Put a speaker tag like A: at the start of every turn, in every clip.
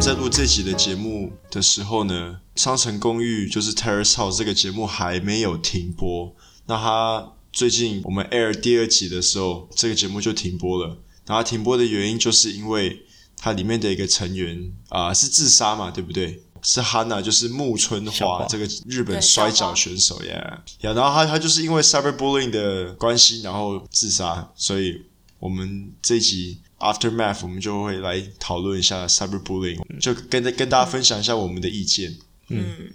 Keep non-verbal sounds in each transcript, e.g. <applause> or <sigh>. A: 在录这集的节目的时候呢，《商城公寓》就是 Terrace House 这个节目还没有停播。那它最近我们 air 第二集的时候，这个节目就停播了。然后停播的原因就是因为它里面的一个成员啊、是自杀嘛，对不对？是 Hanna，就是木村
B: 小
A: 花
B: 花
A: 这个日本
C: 对
A: 摔
C: 小花
A: 跤选手呀。Yeah. 然后他他就是因为 cyberbullying 的关系，然后自杀，所以我们这一集 aftermath 我们就会来讨论一下 cyberbullying，就跟跟大家分享一下我们的意见。
C: 嗯，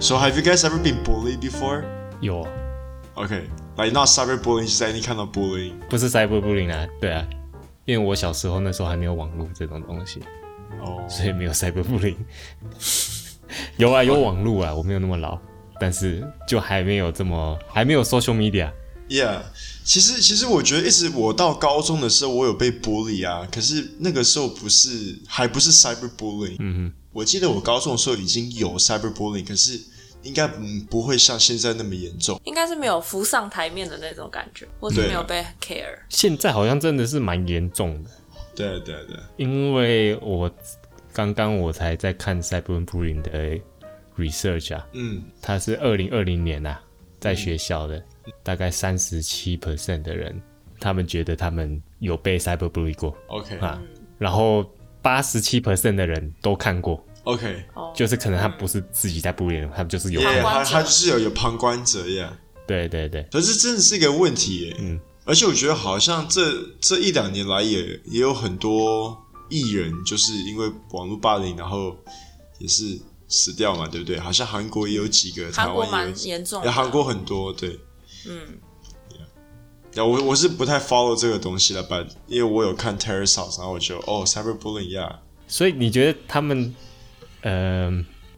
A: So have you guys ever been bullied before?
B: 有啊，
A: Okay, like not cyberbullying, just any kind of bullying.
B: 不是 cyberbullying 啊，对啊，因为我小时候那时候还没有网络这种东西，
A: 哦、
B: 所以没有 cyberbullying。有啊，有网络啊，我没有那么老，但是就还没有这么还没有 social media。
A: Yeah，其实其实我觉得一直我到高中的时候，我有被 bully 啊，可是那个时候不是还不是 cyberbullying。
B: 嗯
A: 我记得我高中的时候已经有 cyberbullying，可是应该嗯不会像现在那么严重。
C: 应该是没有浮上台面的那种感觉，或是
A: 对啊
C: 没有被 care
B: 哼，。现在好像真的是蛮严重的，
A: 对对对，
B: 因为我刚刚我才在看 cyberbullying 的 research 啊，
A: 嗯，
B: 它是二零二零年啊，在学校的、大概三十七 percent 的人，他们觉得他们有被 cyberbully 过
A: OK
B: 啊，然后八十七 percent 的人都看过，
A: OK，
C: 哦，
B: 就是可能他不是自己在 bully，他们就是有看
A: yeah,
C: 旁观
A: 他
C: 者
A: 他就是有有旁观者 yeah，
B: 对对对，
A: 可是真的是一个问题耶。
B: 嗯，
A: 而且我觉得好像这这一两年来也也有很多艺人就是因为网络霸凌，然后也是死掉嘛，对不对？好像韩国也有几个，台
C: 韩国
A: 湾也有
C: 蛮
A: 几
C: 严重
A: 个，
C: 的，
A: 韩国很多对。
C: 嗯，
A: 呀我我是不太 follow 这个东西了吧，因为我有看 Terrace House，然后我就哦 cyberbullying yeah，
B: 所以你觉得他们，呃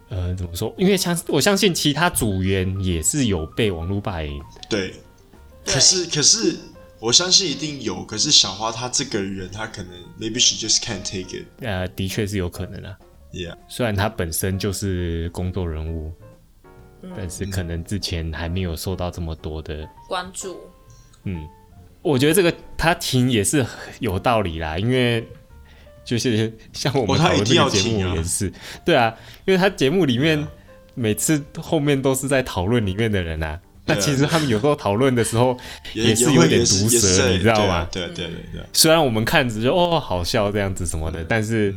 B: 呃，怎么说？因为相我相信其他组员也是有被网络霸凌，
A: 对，
C: 对
A: 可是可是我相信一定有，可是小花她这个人，她可能 maybe she just can't take it
B: 呃，的确是有可能啊。
A: yeah，
B: 虽然他本身就是公众人物，但是可能之前还没有受到这么多的，
C: 关注，
B: 嗯，我觉得这个他停也是有道理啦，因为就是像我
A: 哦
B: 们
A: 他
B: 讨
A: 一
B: 论
A: 定
B: 这
A: 要
B: 个节
A: 停啊
B: 目也是，对啊，因为他节目里面
A: 对啊
B: 每次后面都是在讨论里面的人啊，那
A: 对啊
B: 其实他们有时候讨论的时候也是
A: 也
B: 有
A: 会
B: 点
A: 也
B: 毒
A: 是也是
B: 舌，
A: 在
B: 你知道
A: 对啊
B: 吗？
A: 对啊对啊对啊对啊，
B: 虽然我们看着就哦好笑这样子什么的，但是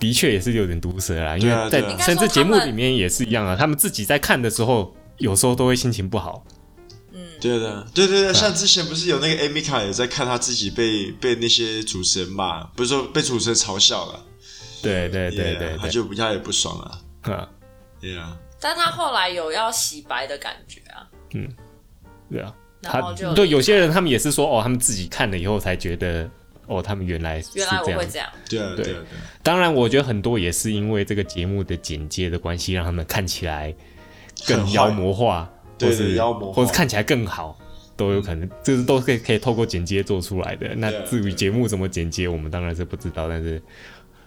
B: 的确也是有点毒舌啦，因
A: 对啊
B: 为在
A: 对啊
B: 甚至节目里面也是一样啊，他们自己在看的时候，有时候都会心情不好。
A: 对的，对对
B: 啊
A: 对，像之前不是有那个 Amy 卡也在看她自己被被那些主持人骂，不是说被主持人嘲笑了，
B: 对对对
A: yeah，
B: 对啊
A: 她
B: 对，
A: 就她也不爽了
B: 哼
A: ，Yeah，啊
C: 但他后来有要洗白的感觉啊，
B: 对啊，
C: 然
B: 他
C: 后就
B: 对有些人他们也是说哦，他们自己看了以后才觉得哦，他们原来是
C: 原来我
B: 这样
C: 会。这样，
A: 对啊
B: 对
A: 对啊对啊。
B: 当然，我觉得很多也是因为这个节目的简介的关系，让他们看起来更
A: 很
B: 妖
A: 坏
B: 魔化，
A: 对
B: 或是
A: 对妖魔化
B: 或是看起来更好，都有可能，这是都是可以可以透过剪接做出来的。那
A: 对啊
B: 至于
A: 对
B: 节目怎么剪接，我们当然是不知道，但是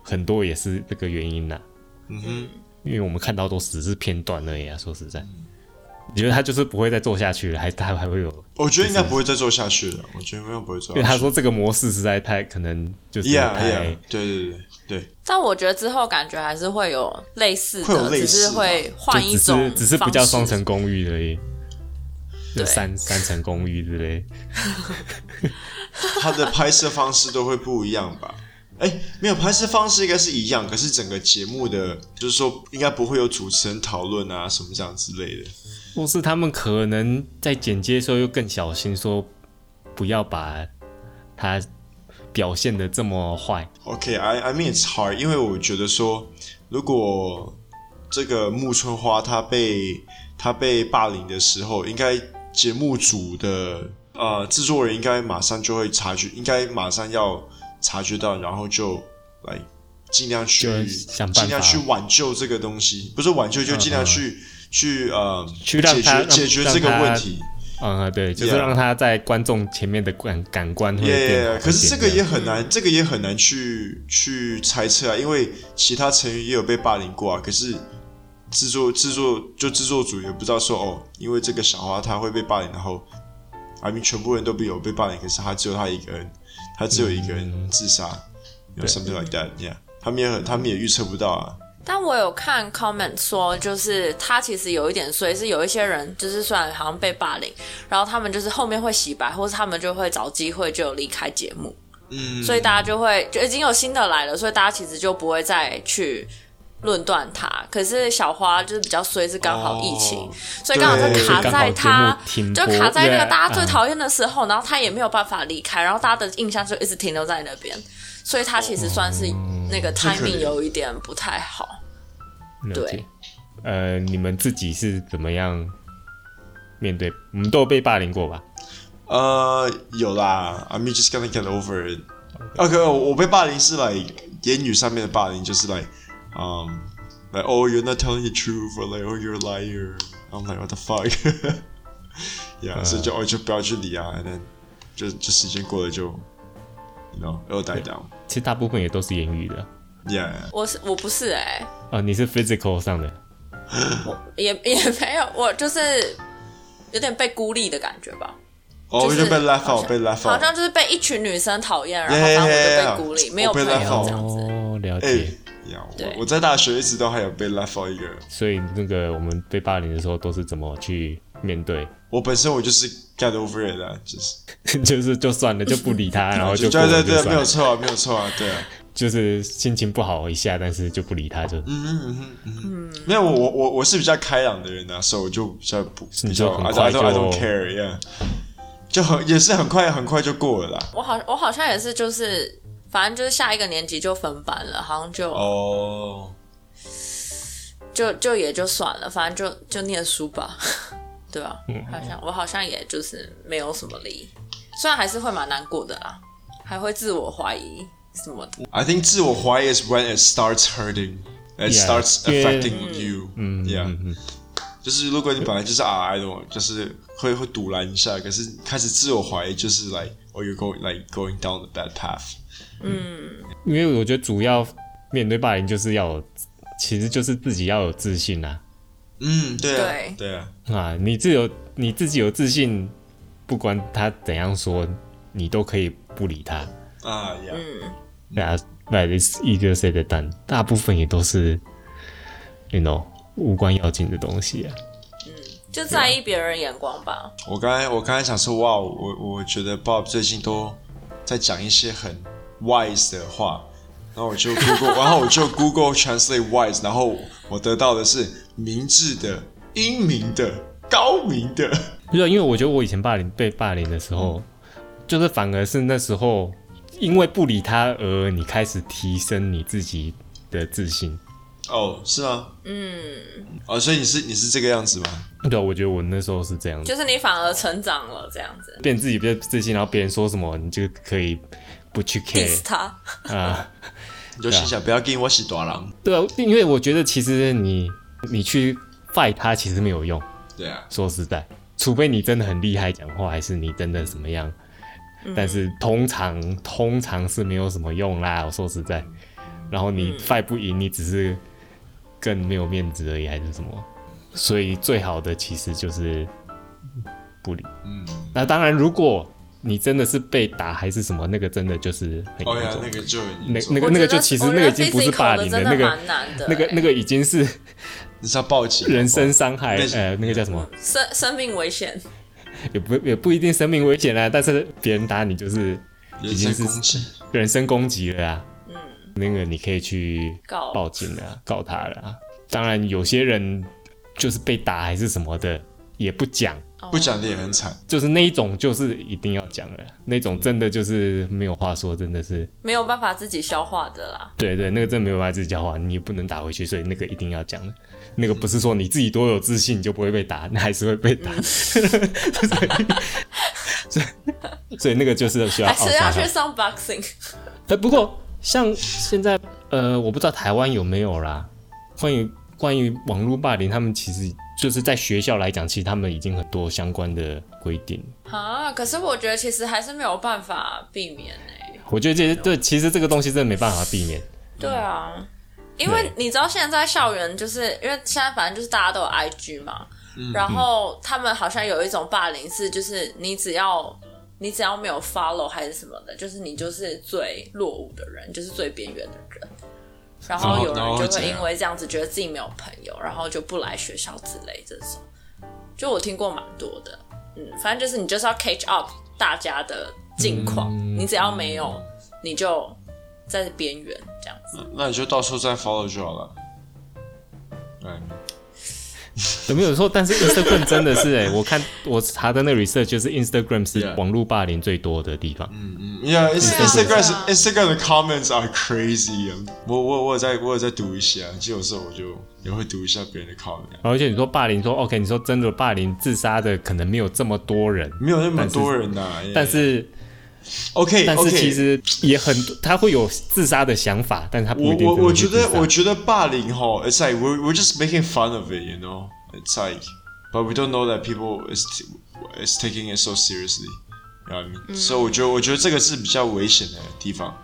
B: 很多也是这个原因呐、
A: 嗯哼，
B: 因为我们看到都只是片段而已啊。说实在，你觉得他就是不会再做下去了，还他还会有？
A: 我觉得应该不会再做下去了。我觉得应该不会做
B: 因为
A: 下
B: 他
A: 去。
B: 说这个模式实在太可能就是太
A: 啊 Yeah, yeah，对对对对
C: 但我觉得之后感觉还是会有类似
A: 会有
C: 的，
A: 类似
C: 只是会
B: 就
C: 换一
B: 只
C: 种
B: 是
C: 方式，
B: 只是不叫双层公寓而已，就
C: 对
B: 三三层公寓之类。
A: 对，他的拍摄方式都会不一样吧？哎，没有拍摄方式应该是一样，可是整个节目的，就是说应该不会有主持人讨论啊什么这样之类的。
B: 或是他们可能在剪接的时候又更小心，说不要把他表现的这么坏。
A: OK，I、I mean it's hard，因为我觉得说，如果这个木村花她被她被霸凌的时候，应该节目组的呃制作人应该马上就会察觉，应该马上要察觉到，然后就来尽量去
B: 就想办法嗯
A: 尽量去挽救这个东西，不是挽救，就尽量去、去呃
B: 去让
A: 解
B: 他
A: 决
B: 让
A: 解决这个
B: 让他
A: 问题。
B: 嗯，对，就是
A: Yeah
B: 让他在观众前面的感感官会变好一
A: Yeah，
B: 点。
A: 可是这个也很难，这个也很难去去猜测啊，因为其他成员也有被霸凌过啊。可是制作制作就制作组也不知道说哦，因为这个小花她会被霸凌，然后阿明全部人都被有被霸凌，可是她只有她一个人，她只有一个人自杀、有 s o m e t h i n g like that，yeah，他们也很他们也预测不到啊，
C: 但我有看 comment 说，就是他其实有一点衰，是有一些人就是虽然好像被霸凌，然后他们就是后面会洗白，或是他们就会找机会就离开节目，
A: 嗯，
C: 所以大家就会就已经有新的来了，所以大家其实就不会再去论断他。可是小花就是比较衰，是刚好疫情，
A: 哦
C: 所以刚好就
A: 对
C: 卡
B: 所
C: 在他
B: 以刚好节目停
C: 就
B: 播
C: 卡在那个
B: 对
C: 大家最讨厌的时候，然后他也没有办法离开，然后大家的印象就一直停留在那边，所以他其实算是那个
A: 这可怜
C: timing 有一点不太好。
B: 了解
C: 对。
B: 呃，你们自己是怎么样面对？我们都有被霸凌过吧？
A: 呃，有啦，I'm just gonna get over it。OK，我我被霸凌是 like 言语上面的霸凌，就是 like，嗯、um,，like oh you're not telling the truth or like oh you're a liar。I'm like what the fuck 。Yeah，所以就 oh，哦就不要去理啊，and then 就就时间过了就，you know it'll die down。
B: 其实大部分也都是言语的。
A: Yeah，
C: 我是我不是哎、
B: 哦，你是 physical 上的，
C: 也也 <laughs> 没有，我就是有点被孤立的感觉吧。
A: 哦，我
C: 就是
A: 就被 laugh
C: 好
A: out，
C: 像
A: 被 laugh
C: 好
A: out。
C: 像就是被一群女生讨厌，然后
A: Yeah,
C: 然后我
A: yeah,
C: 就被孤立
A: yeah,
C: 没有
A: 我被
C: 朋友
A: left out
C: 这样子。
B: 哦，了
A: 哎
B: 解。
A: 呀，
C: 对
A: 我我在大学一直都还有被 laugh out 一个。
B: 所以那个我们被霸凌的时候都是怎么去面对？ <laughs>
A: 我本身我就是 get over it 啊，就是
B: 就是就算了，就不
A: <laughs>
B: 理他，然后就过
A: 对
B: 了
A: 对
B: 就
A: 对，没
B: 算
A: 有
B: 了，
A: 错啊，没有错啊，对啊。
B: 就是心情不好一下，但是就不理他，就
A: 没有，我我我我是比较开朗的人啊，所以我就比较不
B: 你
A: 比较
B: 就很
A: I
B: 快
A: don't I don't, I don't
B: 就
A: care，yeah，就很也是很快很快就过了啦。
C: 我好我好像也是就是。反正就是下一个年级就分班了，好像就、
A: 哦，
C: 就就也就算了，反正就就念书吧， <laughs> 对吧、好像我好像也就是没有什么理，虽然还是会蛮难过的啦，还会自我怀疑什么的。
A: I think 自我怀疑 is when it starts hurting, it
B: Yeah，
A: starts
B: 因为
A: affecting you，嗯，yeah，就是如果你本来就是啊，I don't，就是会会堵拦一下，可是开始自我怀疑，就是 like oh you go like going down the bad path，
B: 因为我觉得主要面对霸凌就是要有，其实就是自己要有自信啊
A: 嗯，对啊
C: 对，
A: 对啊，
B: 啊！你自有你自己有自信，不管他怎样说，你都可以不理他。
A: 啊呀，
B: 对啊，对，是一个谁的蛋，大部分也都是，you know，无关要紧的东西啊。
C: 就在意别人眼光吧，
A: 我刚才我刚才想说，哇，我我觉得 Bob 最近都在讲一些很 wise 的话，然后我 <laughs> 就 Google，然后我就 Google Translate wise，然后我得到的是明智的、英明的、高明的。
B: 对啊，因为我觉得我以前霸凌被霸凌的时候，就是反而是那时候，因为不理他而你开始提升你自己的自信。
A: 哦，是吗？嗯。哦，所以你是你是这个样子吗？
B: 对啊，我觉得我那时候是这样子，
C: 就是你反而成长了这样子。
B: 变自己比较自信，然后别人说什么你就可以不去
C: diss
B: care
C: 他，
B: 啊。
A: 你就心想不要跟我洗短狼。
B: 对啊，因为我觉得其实你你去 fight 他其实没有用。
A: 对啊，
B: 说实在，除非你真的很厉害讲话，还是你真的怎么样，但是通常通常是没有什么用啦。我说实在，然后你 fight 不赢，你只是更没有面子而已，还是什么？所以最好的其实就是不理。
A: 嗯。
B: 那当然，如果你真的是被打还是什么，那个真的就是很
A: 哦
B: 严
A: 呀
B: 重，。
A: 那个就很
B: 那
A: 严重
B: 那个那个就其实那个已经不是霸凌了，
C: 真的
B: 那个
C: 蛮难的、欸
B: 那个那个已经是
A: 你是要报警？啊
B: 人身伤害
A: 那，是
B: 呃，那个叫什么？
C: 生生命危险，
B: 也不也不一定生命危险啊啦，但是别人打你就是
A: 哦
B: 已
A: 人
B: 经
A: 身
B: 是
A: 攻击。
B: 人身攻击了啊。那个你可以去
C: 嗯告
B: 报警啊，告他了啊。当然，有些人就是被打还是什么的，也不讲，
A: 不讲的也很惨。
B: 就是那一种就是一定要讲了，那种真的就是没有话说，真的是
C: 没有办法自己消化的啦。
B: 对对，那个真的没有办法自己讲话，你也不能打回去，所以那个一定要讲的。那个不是说你自己多有自信你就不会被打，那还是会被打。
C: 嗯
B: <laughs> 所以，所以所以那个就是需要
C: 还
B: 傲
C: 是要
B: 下
C: 去
B: 来。
C: 上 boxing，
B: 哎，不过像现在，呃，我不知道台湾有没有啦。关于关于网络霸凌，他们其实就是在学校来讲，其实他们已经很多相关的规定。
C: 啊！可是我觉得其实还是没有办法避免哎、
B: 我觉得这这其实这个东西真的没办法避免。
C: 对啊，因为你知道现在校园就是因为现在反正就是大家都有 IG 嘛，然后他们好像有一种霸凌是，就是你只要你只要没有 follow 还是什么的，就是你就是最落伍的人，就是最边缘的人。然
A: 然
C: 后
A: 后
C: 有
A: 然后
C: 人
A: 会
C: 就
A: 怎
C: 会
A: 样
C: 因为这样子觉得自己没有朋友，然后就不来学校之类这种，就我听过蛮多的。嗯，反正就是你就是要 catch up 大家的近况，
B: 嗯
C: 你只要没有，你就在边缘这样子。
A: 那你就到时候再 follow 就好了。哎对，
B: 有没有说？但是 Instagram 真的是哎、我看我查的那个 research 就是 Instagram 是
A: Yeah
B: 网络霸凌最多的地方。
A: 嗯，Yeah，
C: 对
A: Instagram
C: 啊
A: 's- Instagram 的 comments are crazy 啊。我我我有在我有在读一下，就有时候我就也会读一下别人的 comment，
B: 而且你说霸凌，说 OK，你说真的霸凌自杀的可能没有这么多人，
A: 没有那么
B: 但是
A: 多人呐、yeah
B: 但是
A: OK，
B: 但
A: 哎 OK，
B: 是其实也很多，他会有自杀的想法，但是他不
A: 我
B: 一定
A: 我
B: 真的
A: 我
B: 去
A: 觉
B: 自
A: 得
B: 杀
A: 我觉得霸凌哈，It's like we're we're just making fun of it, you know. It's like, but we don't know that people is is taking it so seriously. You know what I mean? 所以我觉得我觉得这个是比较危险的地方。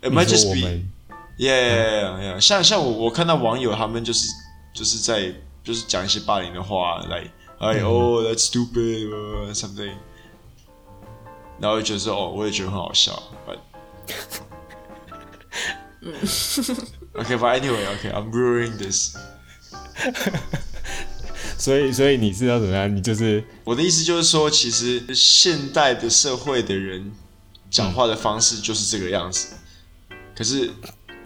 A: It
B: 你
A: might
B: 说
A: just
B: 我
A: be
B: 们
A: yeah yeah yeah, yeah. 像像我我看到网友他们就是就是在就是讲一些霸凌的话，like 哎 oh that's stupid or something，然后就觉得说哦我也觉得很好笑，but okay but anyway okay I'm ruining this。
B: 所以所以你是要怎么样？你就是
A: 我的意思就是说，其实现代的社会的人讲话的方式就是这个样子，可是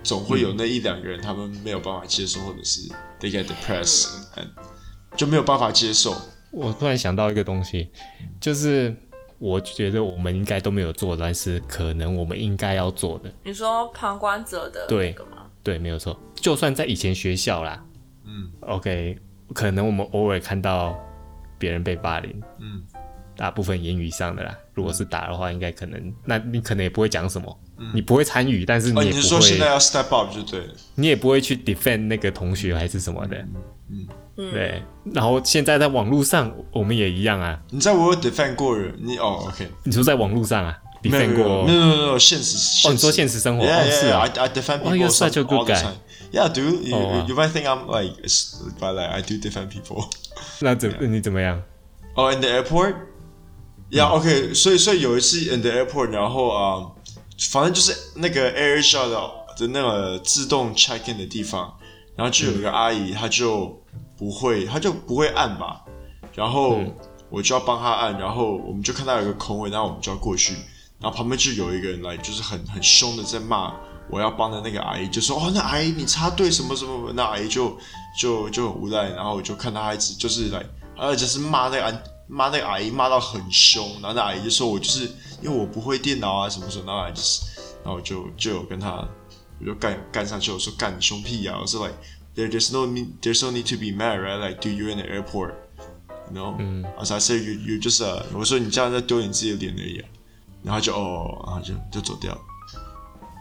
A: 总会
B: 嗯
A: 有那一两个人他们没有办法接受，或者是 they get depressed，、and
B: 嗯
A: 就没有办法接受。哦
B: 我突然想到一个东西，就是我觉得我们应该都没有做，但是可能我们应该要做的。
C: 你说旁观者的
B: 对
C: 那个吗？
B: 对，没有错。就算在以前学校啦，嗯，OK，可能我们偶尔看到别人被霸凌，
A: 嗯，
B: 大部分言语上的啦。如果是打的话，应该可能，那你可能也不会讲什么，你不会参与，但是
A: 嗯哦，
B: 你嗯也
A: 你
B: 不
A: 是
B: 会，
A: 说现在要 step up 就对了。
B: 你也不会去 defend 那个同学还是什么的，嗯，对。然后现在在网络上，我们也一样啊。
A: 你知道我有 defend 过人，你哦，OK，
B: 你说在网络上啊
A: 没有
B: ，defend
A: 没有
B: 过
A: 没有没有没有现实，
B: 哦，你说现实生活
A: Yeah,
B: 哦，
A: yeah,
B: 是
A: yeah.
B: 啊，
A: I, I defend
B: Oh,
A: people
B: you're such a
A: some- all
B: good
A: the
B: guy.
A: time. Yeah, dude. You,
B: Oh, wow.
A: you might think I'm like, s- but like I do defend people.
B: 那怎你怎么样？
A: 哦、i n the airport。Yeah, OK。所以，所以有一次 in the airport，然后啊反正就是那个 AirAsia 的的那个自动 check in 的地方，然后就有一个阿姨，她就不会，她就不会按吧，然后我就要帮她按，然后我们就看到有一个空位，然后我们就要过去，然后旁边就有一个人来，就是很很凶的在骂我要帮的那个阿姨，就说哦，那阿姨你插队什么什么，那阿姨就就就很无奈，然后我就看她一直就是来，而且是骂那个阿骂那个阿姨骂到很凶，然后那阿姨就说我就是因为我不会电脑啊什么什么，然后阿姨就是，然后我就就有跟她我就干干上去，我说干你凶屁呀、我说 like there there's no need there's no need to be mad right like do you're in the airport。No，嗯，我说 I say you you just a，我说你这样在丢你自己的脸而已啊、然后他就哦，然后就就走掉。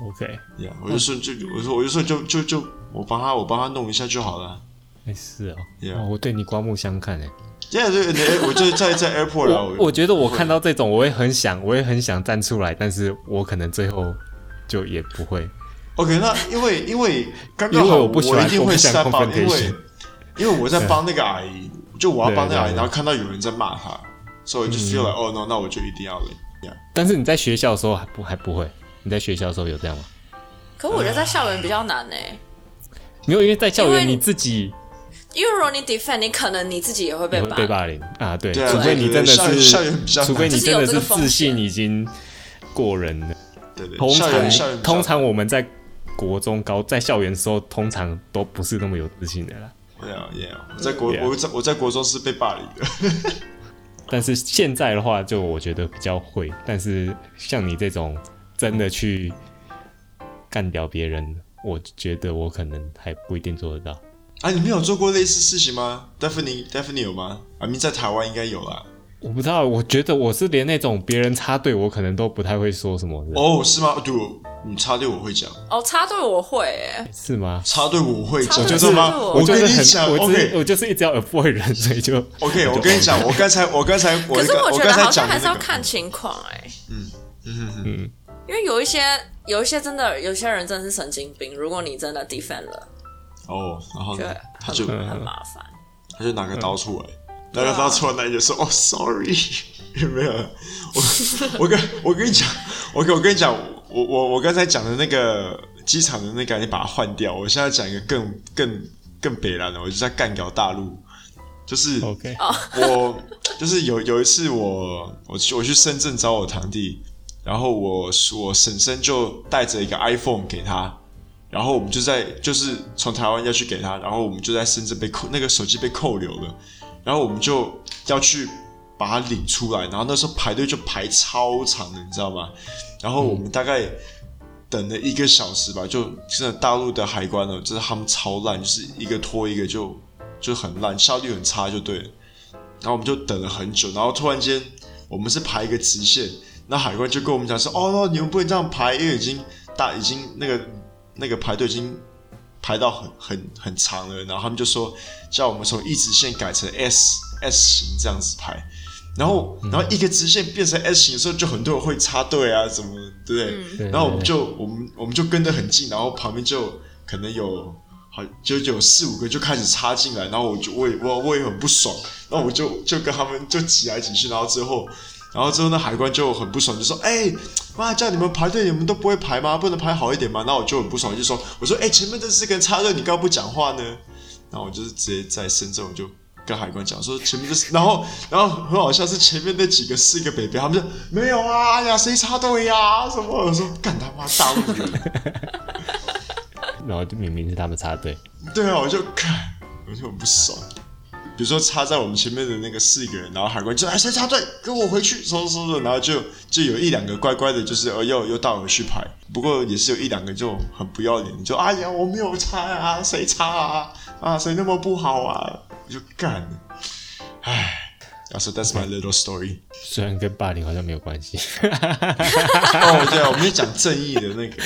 B: OK，
A: Yeah，我就说就我说我就说就就就我帮他我帮他弄一下就好了。
B: 哎是哦
A: Yeah
B: 哦我对你刮目相看哎。
A: Yeah，对，对我就在在 airport 啊，
B: 我我觉得我看到这种，我会很想，我会很想站出来，但是我可能最后就也不会。
A: OK，那因为因为刚刚
B: 因为
A: 好，
B: 我不喜欢
A: 一定
B: 我
A: 会
B: 不喜欢
A: step up，因
B: confrontation
A: 为因为我在帮那个阿姨，就我要帮那个阿
B: 对对
A: 姨，
B: 对
A: 然后看到有人在骂她，所以
B: 嗯
A: 我就 feel like 哦 no，那我就一定要 like。Yeah，
B: 但是你在学校的时候还不还不会？你在学校的时候有这样吗？
C: 可我觉得在校园比较难呢、欸
B: 没有，因为在校
C: 因为
B: 园你自己
C: 因为如果你 defend，你可能你自己也会被
B: 也会
C: 霸凌
B: 被霸凌啊，对，
A: 对啊
B: 除非你真
A: 对
B: 的
A: 对对校园校园比
B: 是，
A: 较难
B: 除非你真的是自信
C: 就是
B: 已经过人了。
A: 对对，
B: 通
A: 校园校园
B: 常
A: 比较
B: 通常我们在国中高在校园的时候，通常都不是那么有自信的啦。
A: Yeah Yeah，我在国
B: Yeah
A: 我在我在国中是被霸凌的。
B: 但是现在的话，就我觉得比较会。但是像你这种真的去干掉别人，我觉得我可能还不一定做得到。
A: 啊，你们有做过类似事情吗？Daphne Daphne 有吗？啊，明在台湾应该有啦。
B: 我不知道，我觉得我是连那种别人插队，我可能都不太会说什么的，
A: 哦，是吗？对，你插队我会讲，
C: 哦，插队我会、欸，
B: 是吗？
A: 插队我会讲，
C: 插队
A: 知道吗？
C: 插队我
B: 我就
A: 跟
B: 是
A: 你讲
B: 很，我就是
A: ，OK
B: 我就是一直要 avoid 人，所
A: <laughs>
B: 以就
A: OK，我跟你讲，我刚才我刚才我
C: 可是
A: 刚
C: 我觉
A: 刚
C: 得
A: 才
C: 好像
A: 讲
C: 还
A: 的
C: 是
A: 那
C: 要
A: 个，
C: 看情况哎、
A: 嗯嗯嗯嗯
C: 欸因为有一些有一些真的，有些人真的是神经病。如果你真的 defend 了，
A: 哦，然后
C: 就
A: 呢嗯
C: 会，
A: 他就
C: 很很麻烦。
A: 他就拿个刀出来，
C: 嗯
A: 拿个刀出来，那你就说哦，sorry，没 <laughs> 有，我我跟我跟你讲，我跟我跟你讲，我我我刚才讲的那个机场的那个，你把它换掉，我现在讲一个更更更北蓝的，我就在干掉大陆，就是。
B: OK，
A: <laughs> 我就是有有一次我我去我去深圳找我堂弟，然后我我婶婶就带着一个 iPhone 给他，然后我们就在就是从台湾要去给他，然后我们就在深圳被扣那个手机被扣留了，然后我们就要去把它领出来，然后那时候排队就排超长的，你知道吗？然后我们大概。等了一个小时吧，就真的大陆的海关呢，就是他们超烂，就是一个拖一个就就很烂，效率很差就对了。然后我们就等了很久，然后突然间我们是排一个直线，那海关就跟我们讲说：“哦，你们不能这样排，因为已经大已经那个那个排队已经排到很很很长了。”然后他们就说叫我们从一直线改成 S S 型这样子排。然后，
B: 嗯
A: 然后一个直线变成 S 型的时候，就很多人会插队啊，怎么对不对？
B: 嗯对
A: 然后我们就我们我们就跟得很近，然后旁边就可能有好就有四五个就开始插进来，然后我就我也我我也很不爽，然后我就就跟他们就挤来挤去，然后之后然后之后那海关就很不爽，就说：“哎、妈叫你们排队，你们都不会排吗？不能排好一点吗？”那我就很不爽，就说：“我说哎、前面这四个人插队，你刚刚不讲话呢？”然后我就是直接在深圳，我就跟海关讲说前面这是，然后然后很好笑是前面那几个四个北北，他们说没有啊，哎呀谁插队呀、什么？我说干他妈大陆人，
B: 然后就明明是他们插队，
A: 对啊，我就看我就很不爽。比如说插在我们前面的那个四个人，然后海关就哎谁插队，跟我回去，说说说，然后就就有一两个乖乖的，就是呃又又倒回去排，不过也是有一两个就很不要脸，就哎呀我没有插啊，谁插啊啊谁那么不好啊，我就干了，唉。然后说 That's my little story。
B: <laughs> 虽然跟霸凌好像没有关系，
A: 哦，对啊，我们就讲正义的那
B: <laughs>
A: 个。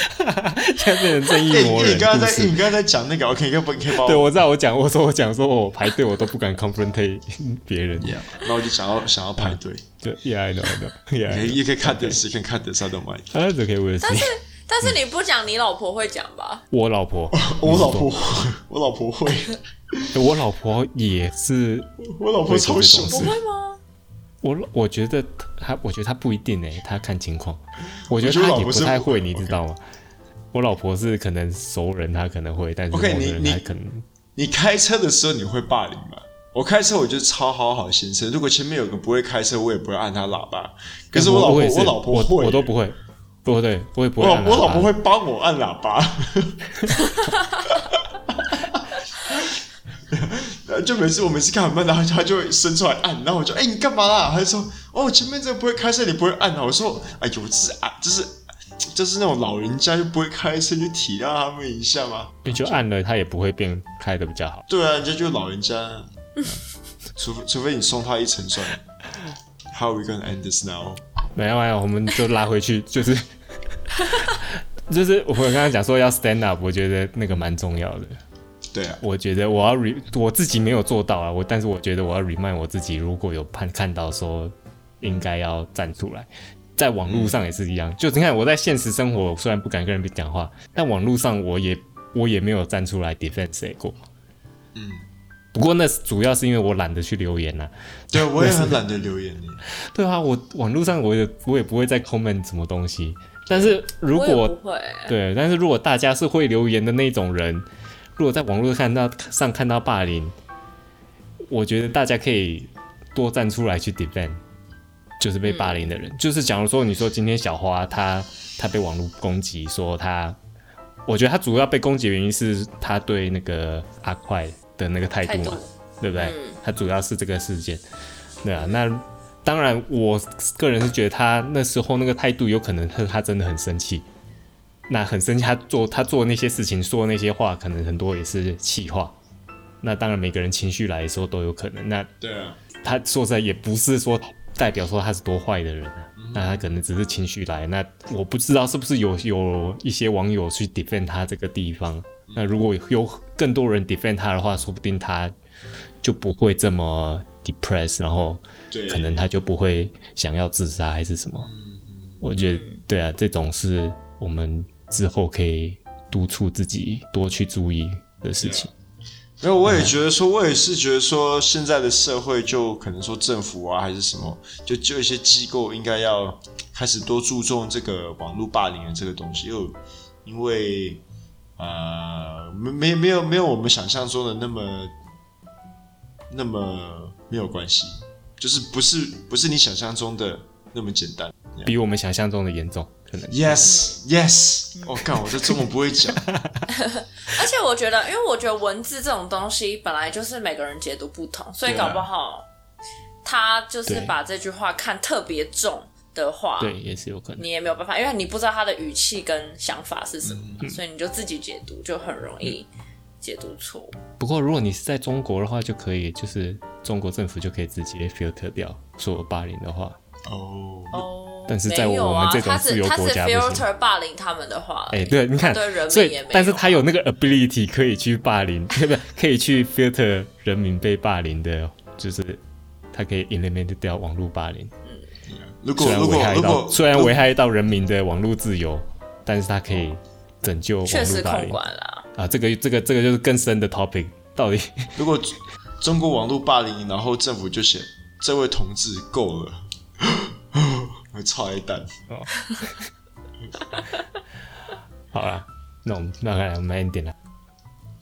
B: 现在变成正义
A: 哎、
B: 魔
A: 你
B: 人
A: 刚刚
B: 故
A: 在，
B: 事。
A: 你刚刚在讲那个，OK，可不可以帮
B: 对，
A: 我？
B: 我知道，我讲，我说我讲说，哦我排队我都不敢 confront <laughs> 别人。
A: Yeah，那我就想要想要排队，
B: 对，Yeah，I know，I know，Yeah，
A: 也
B: I
A: 可
B: know. <laughs>
A: 以也可以看电视，看看电视都买。
B: 啊，It's okay，我
C: 但是但是你不讲，你老婆会讲吧？
B: <laughs> 我老婆，
A: <laughs> 我老婆，我老婆会，
B: 我老婆也是，
A: 我老婆超凶
B: 不
C: 不
B: 是
A: 的。
C: 会吗？
B: 我我觉得她，我觉得她不一定哎、她看情况，我觉
A: 我觉
B: 得
A: 得
B: 她
A: 老
B: 也
A: 婆
B: 不
A: 是
B: 太
A: 不会
B: 会，你知道吗？我老婆是可能熟人，她可能会，但是陌
A: OK，
B: 生
A: 你
B: 人
A: 你
B: 她可能
A: 你开车的时候你会霸凌吗？我开车我就超好好先生，如果前面有个不会开车，我也不会按他喇叭。可是我老
B: 哎我
A: 婆，
B: 也是
A: 老婆
B: 我
A: 会，
B: 我都不会，不对，我也不
A: 我
B: 会
A: 老
B: 按喇叭。
A: 我老婆会帮我按喇叭， <laughs> 呃就每次我每次看很慢，然后她就会伸出来按，然后我就哎、你干嘛啦？她就说哦前面这个不会开车你不会按啊，我说哎呦这是啊这是就是那种老人家就不会开车，就体谅他们一下嘛。
B: 你就按了，她也不会变开的比较好。
A: 对啊，人家就是老人家，除非除非你送他一层算了。How are we gonna end this now？
B: 没有没有，我们就拉回去，就是就是我刚刚讲说要 stand up，我觉得那个蛮重要的。
A: 对啊，
B: 我觉得我要 re 我自己没有做到啊，我但是我觉得我要 remind 我自己，如果有看看到说应该要站出来，在网络上也是一样。就你看我在现实生活虽然不敢跟人讲话，但网络上我也我也没有站出来 defend 谁过。
A: 嗯，
B: 不过那主要是因为我懒得去留言啦、
A: 对啊我也很懒得留言呢。
B: 对啊，我网络上我也我也不会再 comment 什么东西。但是如
C: 我也不
B: 果
C: 会。欸
B: 对，但是如果大家是会留言的那种人，如果在网络看到上看到霸凌，我觉得大家可以多站出来去 defend，就是被霸凌的人。就是假如说你说今天小花她她被网络攻击，说她，我觉得她主要被攻击的原因是她对那个阿快的那个态
C: 态
B: 度嘛，
C: 度
B: 对不对
C: 嗯？
B: 它主要是这个事件，对啊。那当然，我个人是觉得他那时候那个态度，有可能是他真的很生气。那很生气，他做他做那些事情，说那些话，可能很多也是气话。那当然，每个人情绪来的时候都有可能。那
A: 对啊，
B: 他说实在也不是说代表说他是多坏的人啊，那他可能只是情绪来。那我不知道是不是有有一些网友去 defend 他这个地方。那如果有更多人 defend 他的话，说不定他就不会这么 depressed，然后
A: 对，
B: 可能他就不啊会想要自杀还是什么。我觉得对啊，这种是我们之后可以督促自己多去注意的事情。
A: 没有，我也觉得说，我也是觉得说，现在的社会就可能说政府啊，还是什么，就就一些机构应该要开始多注重这个网络霸凌的这个东西，又因为呃，没没没有没有我们想象中的那么那么没有关系，就是不是不是你想象中的那么简单。
B: 比我们想象中的严重，可能
A: Yes, yes，我干、我这中文不会讲，
C: 而且我觉得，因为我觉得文字这种东西本来就是每个人解读不同，所以
A: 对啊
C: 搞不好他就是
B: 对
C: 把这句话看特别重的话，
B: 对，也是有可能。
C: 你也没有办法，因为你不知道他的语气跟想法是什么
B: 嗯
C: 嘛，所以你就自己解读，就很容易解读错误。
B: 不过如果你是在中国的话，就可以，就是中国政府就可以直接 filter 掉所有霸凌的话。
A: 哦、
C: 哦，
B: 但是在
C: 没有啊
B: 我们这种
C: 他只
B: 自由国家
C: 他
B: 不
C: 只
B: 行
C: filter 霸凌他们的话，
B: 哎、对，你看
C: 对人，民
B: 所
C: 也
B: 以
C: 没
B: 但是
C: 有啊
B: 他有那个 ability 可以去霸凌， <laughs> 不是可以去 filter 人民被霸凌的，就是他可以 eliminate 掉网络霸凌。
A: 如果
B: 虽
A: 如
B: 然危
A: 果
B: 害
A: 如
B: 到
A: 果
B: 虽然危害到人民的网络自由，但是他可以拯救网
C: 嗯确
B: 络
C: 实
B: 霸
C: 控
B: 凌
C: 管啦。
B: 啊！这个这个这个就是更深的 topic，到底
A: 如果中国网络霸凌，然后政府就写这位同志够了， <gasps> 我操一蛋。
B: 好啦，那我们那我们 end 点了。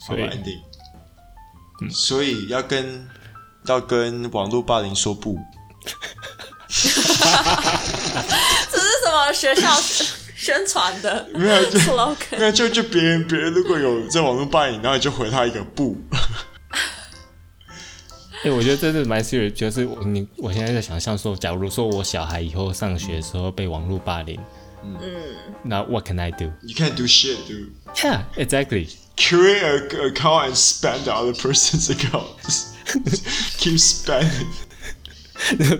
A: 好
B: 所
A: 吧
B: 以嗯
A: ，ending。所以要跟要跟网络霸凌说不，
C: 这是什么学校宣传的
A: 没有就
C: slogan？ <laughs>
A: 那就就别人别人如果有在网络霸凌，然后你就回他一个不。
B: <laughs> 哎、我觉得这是蛮 serious，就是我你我现在在想象说，假如说我小孩以后上学的时候被网络霸凌，嗯，那 what can I do？
A: You can't do shit, dude.
B: Yeah, exactly. <laughs>
A: Create a a account and spam the other person's <laughs> account. Just Keep spamming.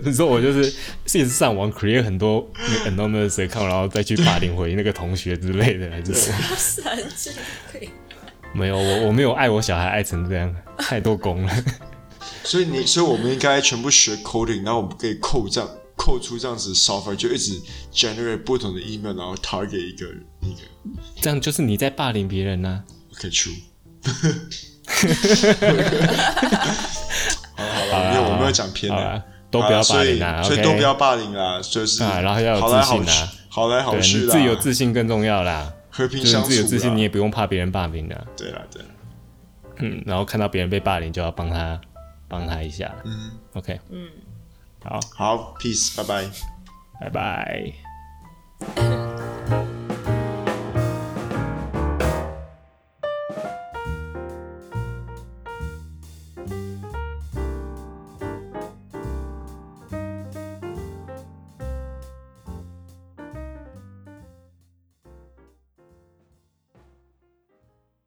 B: 你说我就是是一直上网 create 很多 anonymous account，然后再去霸凌回那个同学之类的，还是什么
C: 神经病！
B: 没有我我没有爱我小孩爱成这样，太多功了。 <laughs>
A: 所以你，所以我们应该全部学 coding，然后我们可以扣这样扣出这样子的 software，就一直 generate 不同的 email，然后 target 一个一个。
B: 这样就是你在霸凌别人呐、
A: OK，true。好了好了，没有我没有讲偏
B: 好
A: 的
B: 啦，，都不要
A: 嗯好啦
B: 霸凌啊
A: 所以所以
B: OK
A: 都不要霸凌啦，就是
B: 啊然后要有
A: 好来好
B: 自信
A: 去
B: 啊，
A: 好来好
B: 对你
A: 去啦，
B: 自由自信更重要啦。
A: 和
B: 就
A: 平
B: 是
A: 相
B: 你
A: 处
B: 自由
A: 啦
B: 自信，你也不用怕别人霸凌啊。
A: 对啦对啦，
B: 嗯，然后看到别人被霸凌，就要帮他帮他一下。嗯，OK，嗯，好，
A: 好，peace，拜拜。
B: 拜拜。